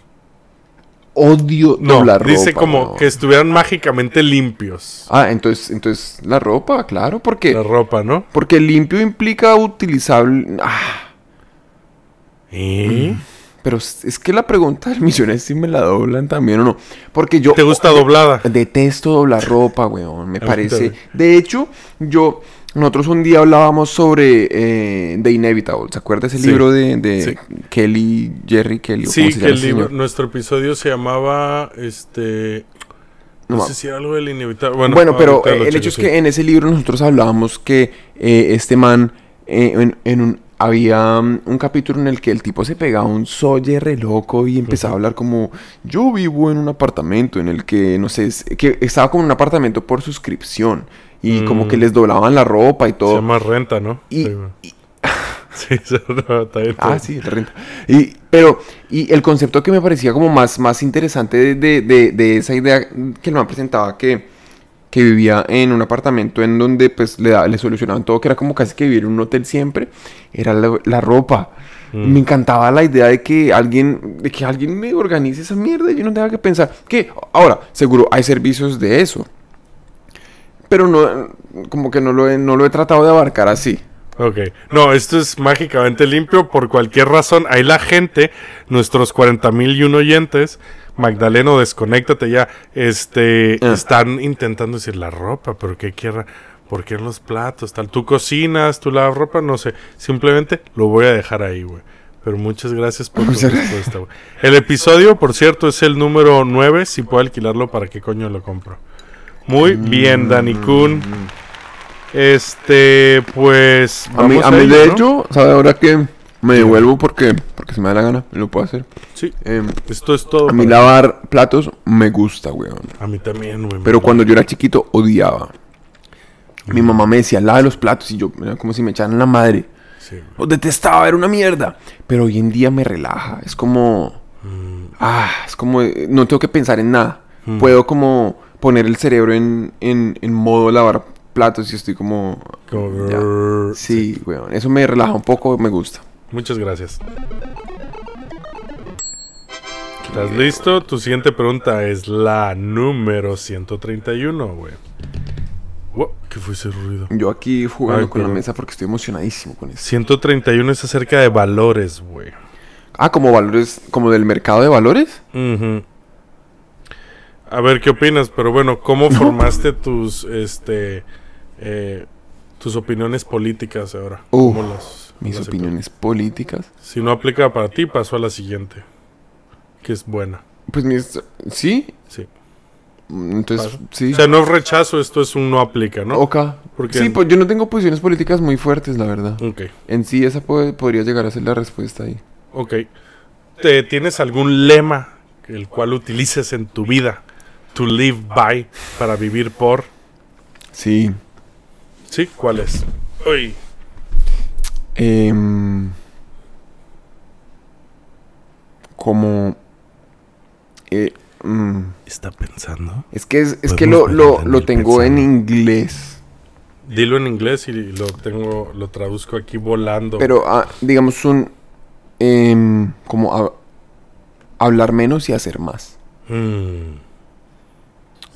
Speaker 1: Odio
Speaker 2: no,
Speaker 1: doblar ropa.
Speaker 2: dice como
Speaker 1: weón.
Speaker 2: que estuvieran mágicamente limpios.
Speaker 1: Ah, entonces, entonces la ropa, claro, porque.
Speaker 2: La ropa, ¿no?
Speaker 1: Porque limpio implica utilizable. Ah,
Speaker 2: ¿Y?
Speaker 1: pero es es que la pregunta del millón es si me la doblan también o no. Porque yo
Speaker 2: ¿Te gusta doblada?
Speaker 1: detesto doblar ropa, weón. Me
Speaker 2: A mí
Speaker 1: parece.
Speaker 2: también.
Speaker 1: De hecho, yo. Nosotros un día hablábamos sobre eh, The Inevitable. ¿Se acuerda ese
Speaker 2: Sí.
Speaker 1: libro de, de
Speaker 2: Sí.
Speaker 1: Kelly, Jerry Kelly? o
Speaker 2: Sí,
Speaker 1: cómo se
Speaker 2: que
Speaker 1: llama
Speaker 2: el
Speaker 1: ese
Speaker 2: libro-
Speaker 1: señor?
Speaker 2: nuestro episodio se llamaba, este, no,
Speaker 1: No,
Speaker 2: sé si era algo del inevitable. Bueno,
Speaker 1: Bueno, pero
Speaker 2: ahorita
Speaker 1: eh,
Speaker 2: lo
Speaker 1: el
Speaker 2: checo,
Speaker 1: hecho es
Speaker 2: sí.
Speaker 1: que en ese libro nosotros hablábamos que eh, este man eh, en, en un había mm, un capítulo en el que el tipo se pegaba un solle re loco y empezaba a hablar como yo vivo en un apartamento en el que no sé, es- que estaba como en un apartamento por suscripción y como que
Speaker 2: Mm.
Speaker 1: les doblaban la ropa y
Speaker 2: se
Speaker 1: todo.
Speaker 2: llama renta, ¿no?
Speaker 1: Y-
Speaker 2: sí, güey. Sí, eso no, está bien,
Speaker 1: Ah,
Speaker 2: Eh, pero-
Speaker 1: sí, la renta. Y, pero, y el concepto que me parecía como más, más interesante de, de- de- de esa idea que el man presentaba que, que vivía en un apartamento en donde pues le, da- le solucionaban todo, que era como casi que vivir en un hotel siempre, era la, la ropa. Me encantaba la idea de que alguien, de que alguien me organice esa mierda, yo no tenga que pensar. Que ahora, seguro hay servicios de eso. Pero no, como que no lo he, no lo he tratado de abarcar así.
Speaker 2: Ok. No, esto es mágicamente limpio por cualquier razón. Ahí la gente, nuestros 40 mil y un oyentes, Magdaleno, desconéctate ya, este,
Speaker 1: Ah.
Speaker 2: están intentando decir la ropa, pero qué quiera, por qué los platos, tal. Tú cocinas, tú lavas ropa, no sé. Simplemente lo voy a dejar ahí, güey. Pero muchas gracias por tu
Speaker 1: Muchas gracias.
Speaker 2: respuesta, güey. El episodio, por cierto, es el número 9. Si puedo alquilarlo, ¿para qué coño lo compro? Muy
Speaker 1: Mm.
Speaker 2: bien, Dani Kun. Este, pues.
Speaker 1: A mí,
Speaker 2: vamos
Speaker 1: a mí
Speaker 2: ello,
Speaker 1: de
Speaker 2: ¿no?
Speaker 1: hecho, ¿sabe ahora que me devuelvo porque, porque se me da la gana? Lo puedo hacer.
Speaker 2: Sí,
Speaker 1: Em,
Speaker 2: esto es todo.
Speaker 1: a mí
Speaker 2: para-
Speaker 1: lavar platos me gusta, weón.
Speaker 2: a mí también, güey.
Speaker 1: Pero cuando yo era chiquito odiaba. Mi mamá me decía, lava los platos y yo, era como si me echaran la madre.
Speaker 2: Sí, güey.
Speaker 1: Los detestaba, era una mierda. Pero hoy en día me relaja. Es como... Ah, es como... eh, No tengo que pensar en nada. Puedo como poner el cerebro en, en, en modo lavar platos y estoy como...
Speaker 2: Como-
Speaker 1: ya. Sí, weón. Eso me relaja un poco, me gusta.
Speaker 2: Muchas gracias. ¿Estás listo? Tu siguiente pregunta es la número 131, güey. Wow, ¿Qué fue ese ruido?
Speaker 1: Yo aquí jugando
Speaker 2: Ay,
Speaker 1: con la
Speaker 2: perdón.
Speaker 1: mesa porque estoy emocionadísimo con eso.
Speaker 2: 131 es acerca de valores, güey.
Speaker 1: Ah, como valores, como del mercado de valores.
Speaker 2: Ujú. A ver qué opinas, pero bueno, ¿cómo formaste tus este eh, tus opiniones políticas ahora?
Speaker 1: Uf,
Speaker 2: ¿Cómo las-
Speaker 1: Mis
Speaker 2: las
Speaker 1: opiniones políticas.
Speaker 2: aceptas? Si no aplica para ti, paso a la siguiente, que es buena.
Speaker 1: Pues mis. Sí.
Speaker 2: Sí.
Speaker 1: mm, Entonces, sí.
Speaker 2: O sea, no es rechazo, esto es un no aplica, ¿no? Mm.
Speaker 1: Ok.
Speaker 2: Porque-
Speaker 1: Sí, pues yo no tengo posiciones políticas muy fuertes, la verdad.
Speaker 2: Ok,
Speaker 1: En sí, esa puede- podría llegar a ser la respuesta ahí.
Speaker 2: ok. ¿Te- ¿Tienes algún lema el cual utilices en tu vida? To live by, para vivir por.
Speaker 1: Sí.
Speaker 2: ¿Sí? ¿Cuál es? Uy,
Speaker 1: Em, como. eh, mm,
Speaker 2: está pensando.
Speaker 1: es que, es, es que
Speaker 2: Podemos
Speaker 1: lo, lo,
Speaker 2: ponerla Pues en
Speaker 1: lo
Speaker 2: el
Speaker 1: tengo en
Speaker 2: pensamiento.
Speaker 1: inglés.
Speaker 2: Dilo en inglés y lo tengo, lo traduzco aquí volando.
Speaker 1: Pero ah, digamos un... em, como hab- hablar menos y hacer más.
Speaker 2: Mm.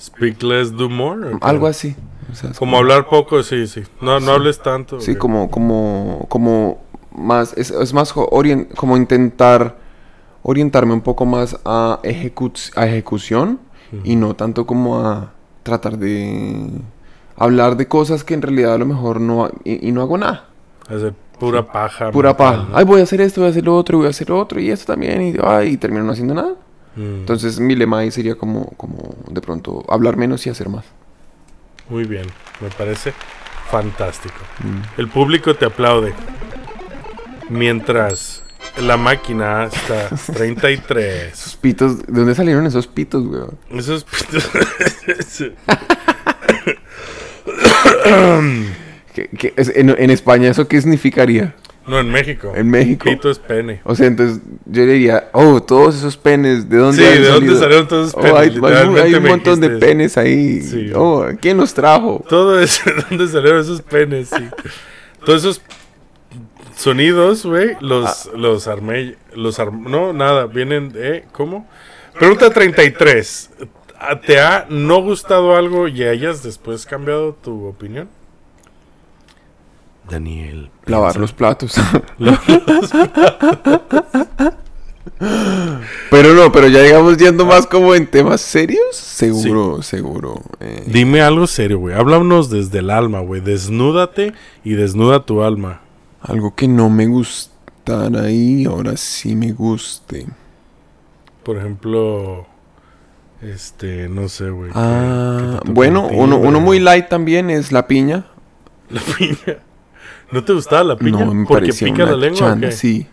Speaker 2: Speak less, do more. ¿o qué?
Speaker 1: Algo así. O sea, es
Speaker 2: Como hablar poco, sí, sí. No, no hables tanto.
Speaker 1: Sí,
Speaker 2: güey.
Speaker 1: como, como, como más, es, es más jo- orien- como intentar orientarme un poco más a, ejecu- a ejecución y no tanto como a tratar de hablar de cosas que en realidad a lo mejor no, ha- y, y no hago nada.
Speaker 2: Hacer pura paja.
Speaker 1: Pura
Speaker 2: mental,
Speaker 1: paja.
Speaker 2: ¿no?
Speaker 1: Ay, voy a hacer esto, voy a hacer lo otro, voy a hacer lo otro y esto también y, ay, y termino no haciendo nada.
Speaker 2: Mm,
Speaker 1: Entonces mi lema ahí sería como, como de pronto hablar menos y hacer más.
Speaker 2: Muy bien, me parece fantástico.
Speaker 1: Mm.
Speaker 2: El público te aplaude. Mientras la máquina hasta 33.
Speaker 1: Pitos, ¿de dónde salieron esos pitos, weón?
Speaker 2: Eso es...
Speaker 1: ¿Qué- qué es- en- en España eso qué significaría?
Speaker 2: no, en México.
Speaker 1: En México.
Speaker 2: Pito es pene.
Speaker 1: O sea, entonces yo le diría, oh, todos esos penes, ¿de dónde
Speaker 2: Sí,
Speaker 1: han
Speaker 2: ¿de dónde
Speaker 1: salido?
Speaker 2: salieron todos esos
Speaker 1: Oh,
Speaker 2: penes?
Speaker 1: hay- hay, un- hay
Speaker 2: Literalmente
Speaker 1: un
Speaker 2: me
Speaker 1: montón de
Speaker 2: dijiste
Speaker 1: penes ahí.
Speaker 2: Sí.
Speaker 1: Oh, ¿quién los trajo?
Speaker 2: Todo eso, ¿dónde salieron esos penes? Sí. Todos esos sonidos, güey, los, los armé, los arm- no, nada, vienen de, ¿cómo? Pregunta 33. ¿A- ¿Te ha no gustado algo y hayas después cambiado tu opinión? Daniel.
Speaker 1: Lavar los platos. pero no, pero ya llegamos
Speaker 2: Ah.
Speaker 1: yendo más como en temas serios. Seguro, seguro. eh.
Speaker 2: Dime algo serio, güey. Háblanos desde el alma, güey. Desnúdate y desnuda tu alma.
Speaker 1: algo que no me gustara y ahora sí me guste.
Speaker 2: Por ejemplo, este, no sé, güey. que-
Speaker 1: Ah,
Speaker 2: que te
Speaker 1: bueno,
Speaker 2: toquen
Speaker 1: uno, uno
Speaker 2: timbre,
Speaker 1: muy light también es la piña.
Speaker 2: La piña. ¿No te gustaba la piña?
Speaker 1: No, me
Speaker 2: Porque
Speaker 1: parecía
Speaker 2: pica la
Speaker 1: una
Speaker 2: lengua. ¿o
Speaker 1: chanda,
Speaker 2: qué?
Speaker 1: sí.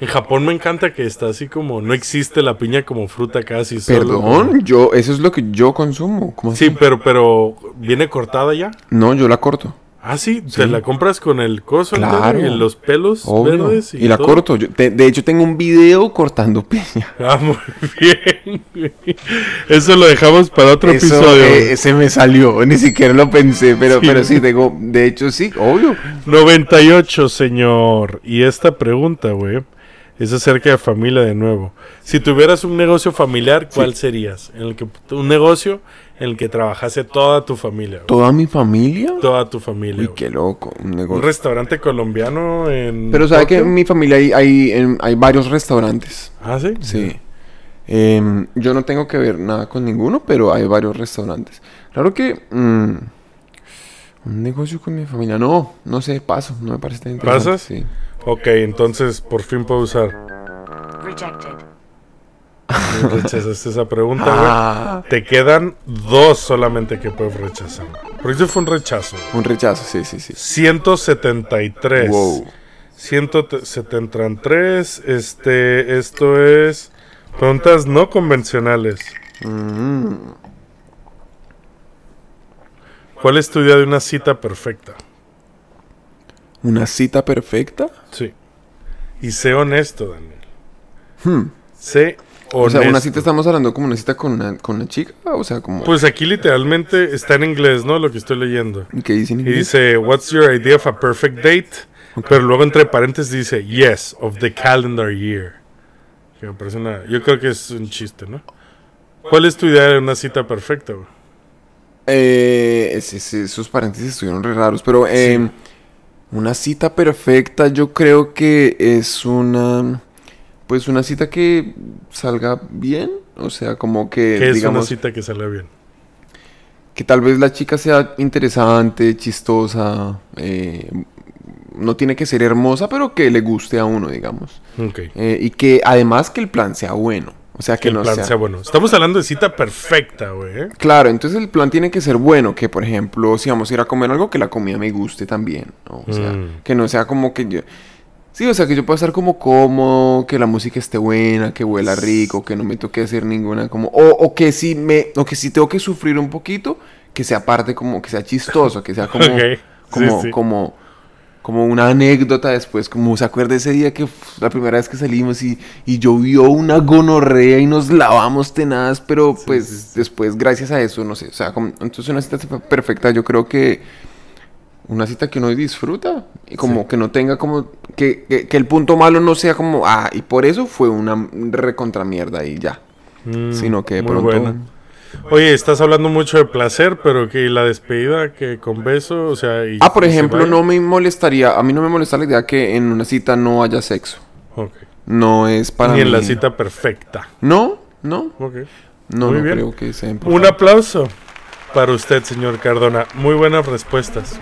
Speaker 2: En Japón me encanta que está así como no existe la piña como fruta casi. solo-
Speaker 1: Perdón, yo, eso es lo que yo consumo. ¿Cómo
Speaker 2: Sí, pero pero viene cortada ya.
Speaker 1: No, yo la corto.
Speaker 2: Ah, sí, te la compras con el coso entero
Speaker 1: Claro.
Speaker 2: y los pelos
Speaker 1: Obvio.
Speaker 2: verdes y,
Speaker 1: Y, la
Speaker 2: todo.
Speaker 1: corto. Yo- te- de hecho, tengo un video cortando piña.
Speaker 2: Ah, muy bien. güey. Eso lo dejamos para otro episodio.
Speaker 1: eh, se me salió. Ni siquiera lo pensé. Pero
Speaker 2: Sí.
Speaker 1: pero sí, tengo. De hecho, sí, obvio.
Speaker 2: 98, señor. Y esta pregunta, güey, es acerca de familia de nuevo. Si tuvieras un negocio familiar, ¿cuál serías? En el que un negocio en el que trabajase toda tu familia, güey.
Speaker 1: Toda mi familia.
Speaker 2: toda tu familia.
Speaker 1: Uy,
Speaker 2: güey.
Speaker 1: qué loco. Un
Speaker 2: Un
Speaker 1: negocio.
Speaker 2: restaurante colombiano en
Speaker 1: Pero sabe que
Speaker 2: Tokio?
Speaker 1: en mi familia hay, hay, en- hay varios restaurantes.
Speaker 2: Ah, sí.
Speaker 1: Sí. Em, yo no tengo que ver nada con ninguno, pero hay varios restaurantes. Claro que. mm, un negocio con mi familia. No, no sé, paso. No me parece tan interesante.
Speaker 2: ¿Pasas?
Speaker 1: Sí.
Speaker 2: Ok, entonces por fin puedo usar. Rechazaste esa pregunta, güey.
Speaker 1: Ah,
Speaker 2: Te quedan dos solamente que puedes rechazar. Por eso fue un rechazo. güey.
Speaker 1: un rechazo, sí, sí, sí.
Speaker 2: 173.
Speaker 1: Wow.
Speaker 2: 173. Este, esto es preguntas no convencionales.
Speaker 1: Mm.
Speaker 2: ¿Cuál es tu idea de una cita perfecta?
Speaker 1: ¿Una cita perfecta?
Speaker 2: Sí. Y sé honesto, Daniel.
Speaker 1: Hmm.
Speaker 2: Sé honesto.
Speaker 1: O sea, una cita estamos hablando como una cita con una, con una chica. O sea, como.
Speaker 2: Pues aquí literalmente está en inglés, ¿no? Lo que estoy leyendo.
Speaker 1: ¿Qué dicen? en
Speaker 2: Y
Speaker 1: inglés?
Speaker 2: dice, what's your idea of a perfect date? Pero luego entre paréntesis dice, yes, of the calendar year. Que me parece una- Yo creo que es un chiste, ¿no? ¿Cuál es tu idea de una cita perfecta? güey?
Speaker 1: Eh, es- es- esos paréntesis estuvieron re raros. Pero eh, una cita perfecta, yo creo que es una. Pues una cita que salga bien. O sea, como que.
Speaker 2: ¿Qué es una
Speaker 1: Eh, digamos,
Speaker 2: cita que sale bien?
Speaker 1: que tal vez la chica sea interesante, chistosa. eh, no tiene que ser hermosa, pero que le guste a uno, digamos.
Speaker 2: Ok.
Speaker 1: Eh, y que además que el plan sea bueno. O sea,
Speaker 2: Que
Speaker 1: que,
Speaker 2: el
Speaker 1: no
Speaker 2: plan
Speaker 1: sea...
Speaker 2: sea bueno. Estamos hablando de cita perfecta, güey. ¿eh?
Speaker 1: Claro, entonces el plan tiene que ser bueno, que por ejemplo, si vamos a ir a comer algo, que la comida me guste también, ¿no? O sea,
Speaker 2: Mm.
Speaker 1: que no sea como que yo... Sí, o sea, que yo pueda estar como cómodo, que la música esté buena, que huela rico, que no me toque hacer ninguna como... O, o que si me... O que si tengo que sufrir un poquito, que sea parte como... Que sea chistoso, que sea como...
Speaker 2: Ok, sí,
Speaker 1: Como...
Speaker 2: sí.
Speaker 1: como como una anécdota después, como se acuerda ese día que uf, la primera vez que salimos y, y llovió una gonorrea y nos lavamos tenaz, pero pues después gracias a eso, no sé, o sea, como- entonces una cita perfecta, yo creo que una cita que uno disfruta y como que no tenga como que, que, que el punto malo no sea como ah y por eso fue una recontra mierda y ya sino que de
Speaker 2: Mm, muy
Speaker 1: pronto
Speaker 2: buena. Oye, estás hablando mucho de placer, pero que la despedida que con beso, o sea... y-
Speaker 1: ah por
Speaker 2: y se
Speaker 1: ejemplo
Speaker 2: vaya.
Speaker 1: no me molestaría a mí no me molesta la idea que en una cita no haya sexo
Speaker 2: Ok.
Speaker 1: no es para
Speaker 2: Ni en la
Speaker 1: mí.
Speaker 2: cita perfecta.
Speaker 1: no no
Speaker 2: Ok.
Speaker 1: no,
Speaker 2: Muy
Speaker 1: no
Speaker 2: bien.
Speaker 1: creo que sea importante.
Speaker 2: Un aplauso para usted, señor Cardona. Muy buenas respuestas.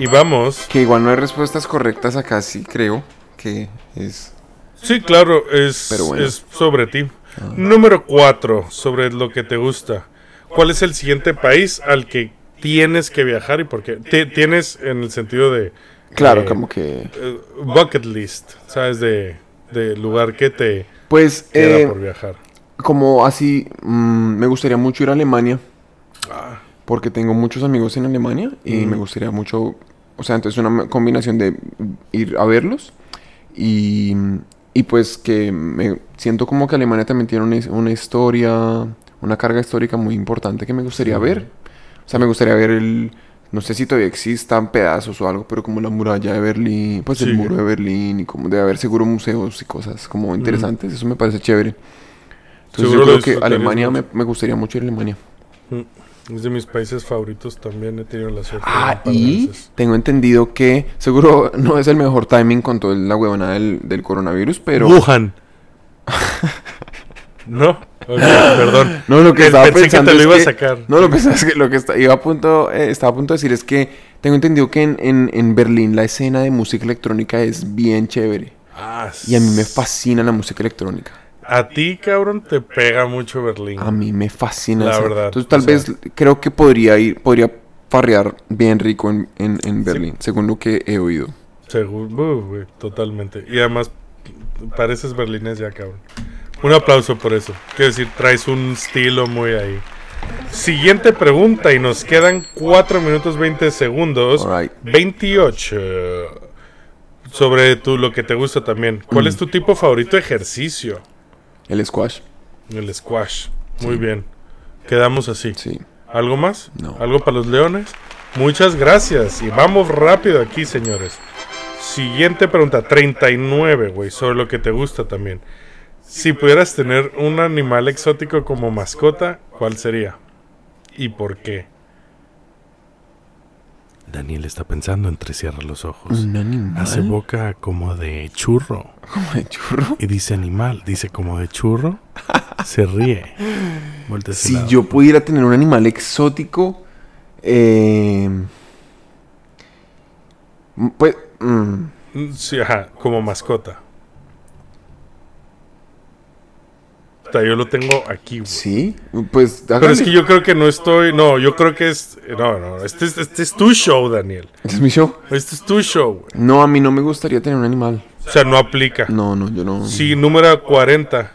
Speaker 2: Y vamos.
Speaker 1: que igual no hay respuestas correctas acá sí creo que es
Speaker 2: Sí, claro, es,
Speaker 1: Pero bueno.
Speaker 2: es sobre ti. Número 4, sobre lo que te gusta. ¿Cuál es el siguiente país al que tienes que viajar y por qué? Ti- Tienes en el sentido de
Speaker 1: claro
Speaker 2: Eh,
Speaker 1: como que
Speaker 2: eh, bucket list, ¿sabes? De, de lugar que te
Speaker 1: pues
Speaker 2: queda
Speaker 1: eh,
Speaker 2: por viajar.
Speaker 1: como así, mm, me gustaría mucho ir a Alemania. Porque tengo muchos amigos en Alemania y me gustaría mucho, o sea, entonces una combinación de ir a verlos y, y pues que me siento como que Alemania también tiene una, his- una historia, una carga histórica muy importante que me gustaría ver. O sea, me gustaría ver el, no sé si todavía existan pedazos o algo, pero como la muralla de Berlín, pues el
Speaker 2: Sí.
Speaker 1: muro de Berlín y como debe haber seguro museos y cosas como interesantes, eso me parece chévere. Entonces
Speaker 2: Seguro
Speaker 1: yo
Speaker 2: lo
Speaker 1: creo que
Speaker 2: disfrutarías
Speaker 1: Alemania me, me gustaría mucho ir a Alemania.
Speaker 2: Es de mis países favoritos también, he tenido la suerte. de ir
Speaker 1: Ah,
Speaker 2: un par de
Speaker 1: y
Speaker 2: veces.
Speaker 1: tengo entendido que seguro no es el mejor timing con toda la huevona del, del coronavirus, pero...
Speaker 2: Wuhan. no, Ok, perdón.
Speaker 1: No, lo que
Speaker 2: Eh,
Speaker 1: estaba
Speaker 2: pensé que
Speaker 1: pensando
Speaker 2: te lo
Speaker 1: es
Speaker 2: iba a
Speaker 1: que-
Speaker 2: sacar.
Speaker 1: No, lo que pasa es que lo que está- iba a punto, eh, estaba a punto de decir es que tengo entendido que en, en- en Berlín la escena de música electrónica es bien chévere.
Speaker 2: Ah,
Speaker 1: Y a mí me fascina la música electrónica.
Speaker 2: A ti, cabrón, te pega mucho Berlín.
Speaker 1: A mí me fascina.
Speaker 2: La
Speaker 1: esa-
Speaker 2: verdad,
Speaker 1: Entonces tal
Speaker 2: o sea-
Speaker 1: vez creo que podría ir, podría farrear bien rico en, en- en Berlín, según lo que he oído.
Speaker 2: Seguro, uh, güey, totalmente. Y además, pareces berlinés ya, cabrón. Un aplauso por eso. Quiero decir, traes un estilo muy ahí. Siguiente pregunta, y nos quedan 4 minutos 20 segundos.
Speaker 1: Alright.
Speaker 2: 28. Sobre tú, lo que te gusta también.
Speaker 1: Mm.
Speaker 2: ¿Cuál es tu tipo favorito de ejercicio?
Speaker 1: El squash.
Speaker 2: El squash. Muy bien. Quedamos así.
Speaker 1: Sí.
Speaker 2: ¿Algo más?
Speaker 1: No.
Speaker 2: ¿Algo para los leones? Muchas gracias. Y vamos rápido aquí, señores. Siguiente pregunta, 39, güey, sobre lo que te gusta también. Si pudieras tener un animal exótico como mascota, ¿cuál sería? ¿Y por qué? Daniel está pensando entre cierra los ojos.
Speaker 1: Un animal.
Speaker 2: Hace boca como de churro.
Speaker 1: Como de churro.
Speaker 2: Y dice animal, dice como de churro. Se ríe. Voltea hacia
Speaker 1: Si
Speaker 2: el lado.
Speaker 1: yo pudiera tener un animal exótico, eh, mm, pues mm,
Speaker 2: Mm, Sí, ajá, como mascota. O sea, yo lo tengo aquí, güey.
Speaker 1: sí, pues
Speaker 2: Pero es
Speaker 1: hágale.
Speaker 2: que yo creo que no estoy. No, yo creo que es. No, no, este es, este es tu show, Daniel.
Speaker 1: Este es mi show.
Speaker 2: Este es tu show, güey.
Speaker 1: No, a mí no me gustaría tener un animal.
Speaker 2: O sea, no aplica.
Speaker 1: No, no, yo no.
Speaker 2: Sí, número 40.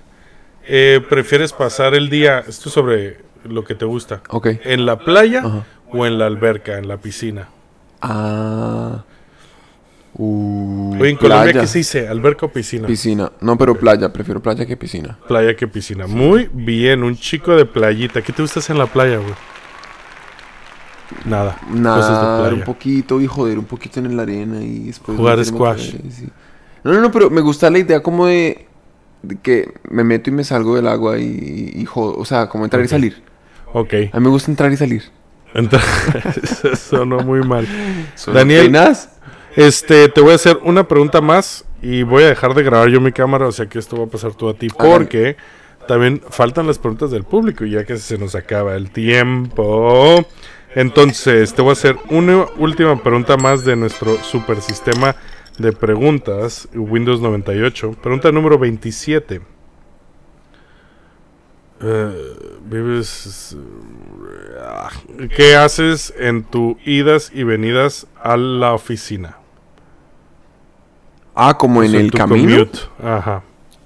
Speaker 2: Eh, ¿Prefieres pasar el día. Esto es sobre lo que te gusta.
Speaker 1: Ok.
Speaker 2: ¿En la playa
Speaker 1: Ajá.
Speaker 2: o en la alberca, en la piscina?
Speaker 1: Ah. Uh,
Speaker 2: Oye, en Colombia, ¿qué se dice? ¿Alberca o piscina?
Speaker 1: Piscina. No, pero playa. Prefiero playa que piscina.
Speaker 2: Playa que piscina. Muy bien, un chico de playita. ¿Qué te gustas en la playa, güey? Nada. Cosas de
Speaker 1: nadar
Speaker 2: playa.
Speaker 1: un poquito y joder un poquito en la arena y después
Speaker 2: Jugar
Speaker 1: meterme otra
Speaker 2: squash.
Speaker 1: vez y- No, no, no, pero me gusta la idea como de, de que me meto y me salgo del agua y, y jodo, o sea, como entrar y salir.
Speaker 2: Ok.
Speaker 1: A mí me gusta entrar y salir.
Speaker 2: Entonces, sonó muy mal.
Speaker 1: Solo
Speaker 2: Daniel.
Speaker 1: apenas-
Speaker 2: Este, te voy a hacer una pregunta más y voy a dejar de grabar yo mi cámara, o sea que esto va a pasar tú a ti, porque también faltan las preguntas del público, ya que se nos acaba el tiempo. Entonces, te voy a hacer una última pregunta más de nuestro super sistema de preguntas, Windows 98. Pregunta número 27. Eh, vives ah, ¿Qué haces en tu idas y venidas a la oficina?
Speaker 1: Ah, como
Speaker 2: O
Speaker 1: en
Speaker 2: sea,
Speaker 1: el
Speaker 2: tu
Speaker 1: camino.
Speaker 2: commute. Ajá.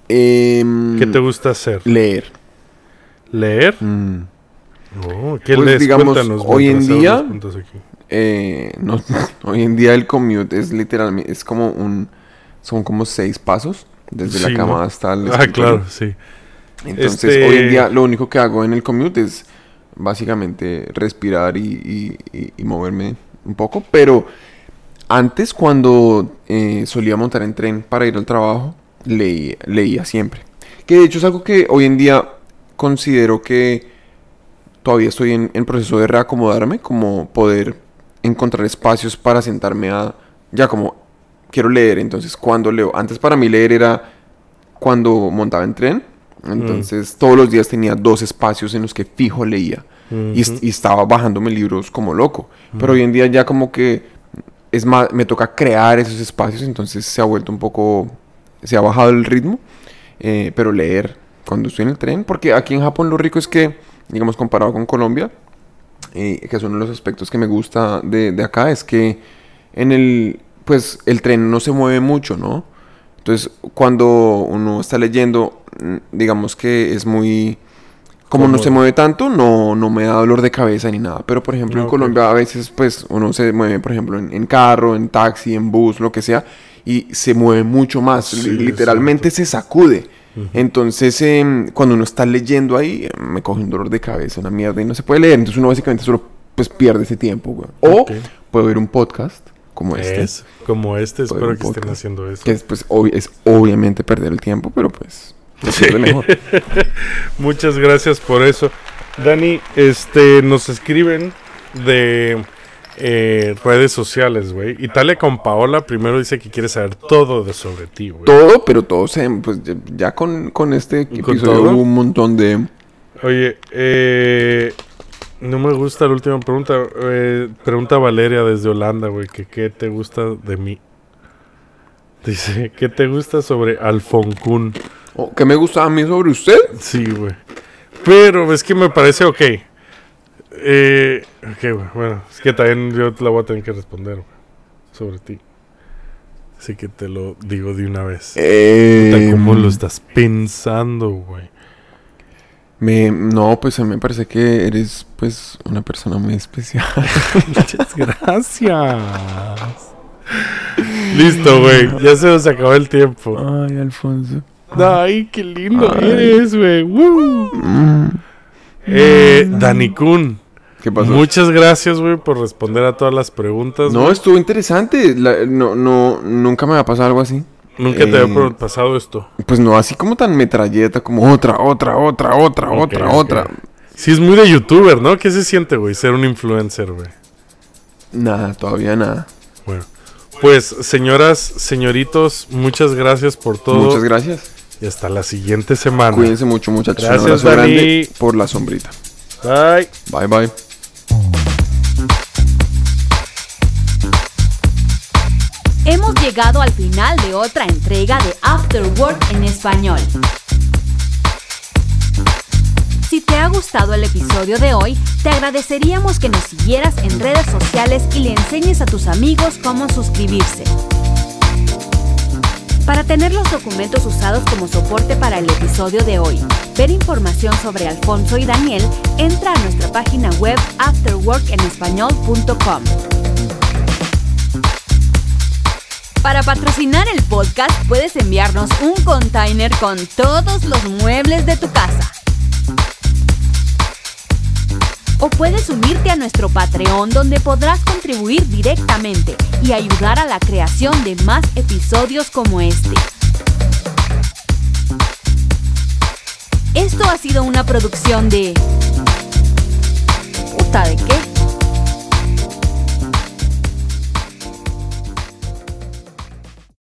Speaker 1: Em,
Speaker 2: ¿Qué te gusta hacer?
Speaker 1: Leer.
Speaker 2: ¿Leer?
Speaker 1: Mm.
Speaker 2: Oh, ¿Qué
Speaker 1: Pues,
Speaker 2: lees?
Speaker 1: digamos,
Speaker 2: Cuéntanos
Speaker 1: Pues hoy en
Speaker 2: mientras abro
Speaker 1: día-
Speaker 2: las puntas aquí.
Speaker 1: eh, no- hoy en día el commute es literalmente, es como un, son como seis pasos desde
Speaker 2: Sí,
Speaker 1: la cama
Speaker 2: ¿no?
Speaker 1: hasta el
Speaker 2: Ah,
Speaker 1: escritorio.
Speaker 2: claro, sí.
Speaker 1: Entonces
Speaker 2: Este-
Speaker 1: hoy en día lo único que hago en el commute es básicamente respirar y, y- y- y moverme un poco, pero antes cuando eh, solía montar en tren para ir al trabajo, leía, leía siempre. Que de hecho es algo que hoy en día considero que todavía estoy en, en proceso de reacomodarme, como poder encontrar espacios para sentarme a, ya como quiero leer, entonces cuando leo. Antes para mí leer era cuando montaba en tren, entonces todos los días tenía dos espacios en los que fijo leía y, est- y estaba bajándome libros como loco, pero hoy en día ya como que es más, me toca crear esos espacios, entonces se ha vuelto un poco, se ha bajado el ritmo, eh, pero leer cuando estoy en el tren, porque aquí en Japón lo rico es que, digamos, comparado con Colombia, eh, que es uno de los aspectos que me gusta de, de acá, es que en el, pues, el tren no se mueve mucho, ¿no? Entonces, cuando uno está leyendo, mm, digamos que es muy... Como no
Speaker 2: Cómodo.
Speaker 1: se mueve tanto, no, no me da dolor de cabeza ni nada. Pero, por ejemplo,
Speaker 2: Ah,
Speaker 1: en
Speaker 2: ok.
Speaker 1: Colombia a veces, pues, uno se mueve, por ejemplo, en, en carro, en taxi, en bus, lo que sea, y se mueve mucho más.
Speaker 2: Sí,
Speaker 1: li- literalmente se sacude. Entonces, em, cuando uno está leyendo ahí, eh, me coge un dolor de cabeza, una mierda, y no se puede leer. Entonces, uno básicamente solo, pues, pierde ese tiempo, güey. O
Speaker 2: Ok.
Speaker 1: puedo ver un podcast como este.
Speaker 2: Es como este,
Speaker 1: Todo
Speaker 2: espero
Speaker 1: un
Speaker 2: que estén
Speaker 1: poco.
Speaker 2: haciendo eso.
Speaker 1: Que es, pues, obvi- es obviamente perder el tiempo, pero pues... lo pierde mejor.
Speaker 2: Muchas gracias por eso. Dani, este, nos escriben de eh, redes sociales, güey. Italia con Paola primero dice que quiere saber todo de sobre ti, güey.
Speaker 1: Todo, pero todo se... Pues ya, ya con, con este episodio
Speaker 2: todo?
Speaker 1: hubo un montón de...
Speaker 2: Oye, eh, no me gusta la última pregunta. eh, pregunta Valeria desde Holanda, güey, que qué te gusta de mí. Dice, ¿qué te gusta sobre Alfoncún?
Speaker 1: Oh, ¿Qué me gusta a mí sobre usted?
Speaker 2: Sí, güey. Pero es que me parece ok. Eh, ok, güey. Bueno, es que también yo te la voy a tener que responder, güey. Sobre ti. Así que te lo digo de una vez. Puta,
Speaker 1: Eh,
Speaker 2: ¿Cómo lo estás pensando, güey?
Speaker 1: me- no, pues a mí me parece que eres pues una persona muy especial.
Speaker 2: Muchas gracias. Listo, güey. Ya se nos acabó el tiempo.
Speaker 1: Ay, Alfonso.
Speaker 2: Ay, qué lindo
Speaker 1: Ay.
Speaker 2: eres, güey. Woo. Eh, Dani Kun,
Speaker 1: ¿Qué pasó?
Speaker 2: muchas gracias, güey, por responder a todas las preguntas.
Speaker 1: no,
Speaker 2: güey.
Speaker 1: estuvo interesante. La- no, no, nunca me va a pasar algo así.
Speaker 2: Nunca te
Speaker 1: Eh,
Speaker 2: había pro- pasado esto.
Speaker 1: Pues no, así como tan metralleta, como otra, otra, otra, otra,
Speaker 2: Ok,
Speaker 1: otra,
Speaker 2: ok.
Speaker 1: otra.
Speaker 2: Sí, es muy de youtuber, ¿no? ¿Qué se siente, güey? Ser un influencer, güey.
Speaker 1: Nada, todavía nada.
Speaker 2: Bueno. Pues, señoras, señoritos, muchas gracias por todo.
Speaker 1: Muchas gracias.
Speaker 2: Y hasta la siguiente semana.
Speaker 1: Cuídense mucho, muchachos.
Speaker 2: Gracias,
Speaker 1: Un abrazo
Speaker 2: Dani.
Speaker 1: grande por la sombrita.
Speaker 2: Bye.
Speaker 1: Bye, bye.
Speaker 3: Hemos llegado al final de otra entrega de After Work en español. Si te ha gustado el episodio de hoy, te agradeceríamos que nos siguieras en redes sociales y le enseñes a tus amigos cómo suscribirse. Para tener los documentos usados como soporte para el episodio de hoy, ver información sobre Alfonso y Daniel, entra a nuestra página web afterworkenespañol.com. Para patrocinar el podcast puedes enviarnos un container con todos los muebles de tu casa. O puedes unirte a nuestro Patreon donde podrás contribuir directamente y ayudar a la creación de más episodios como este. Esto ha sido una producción de... ¿Puta de qué?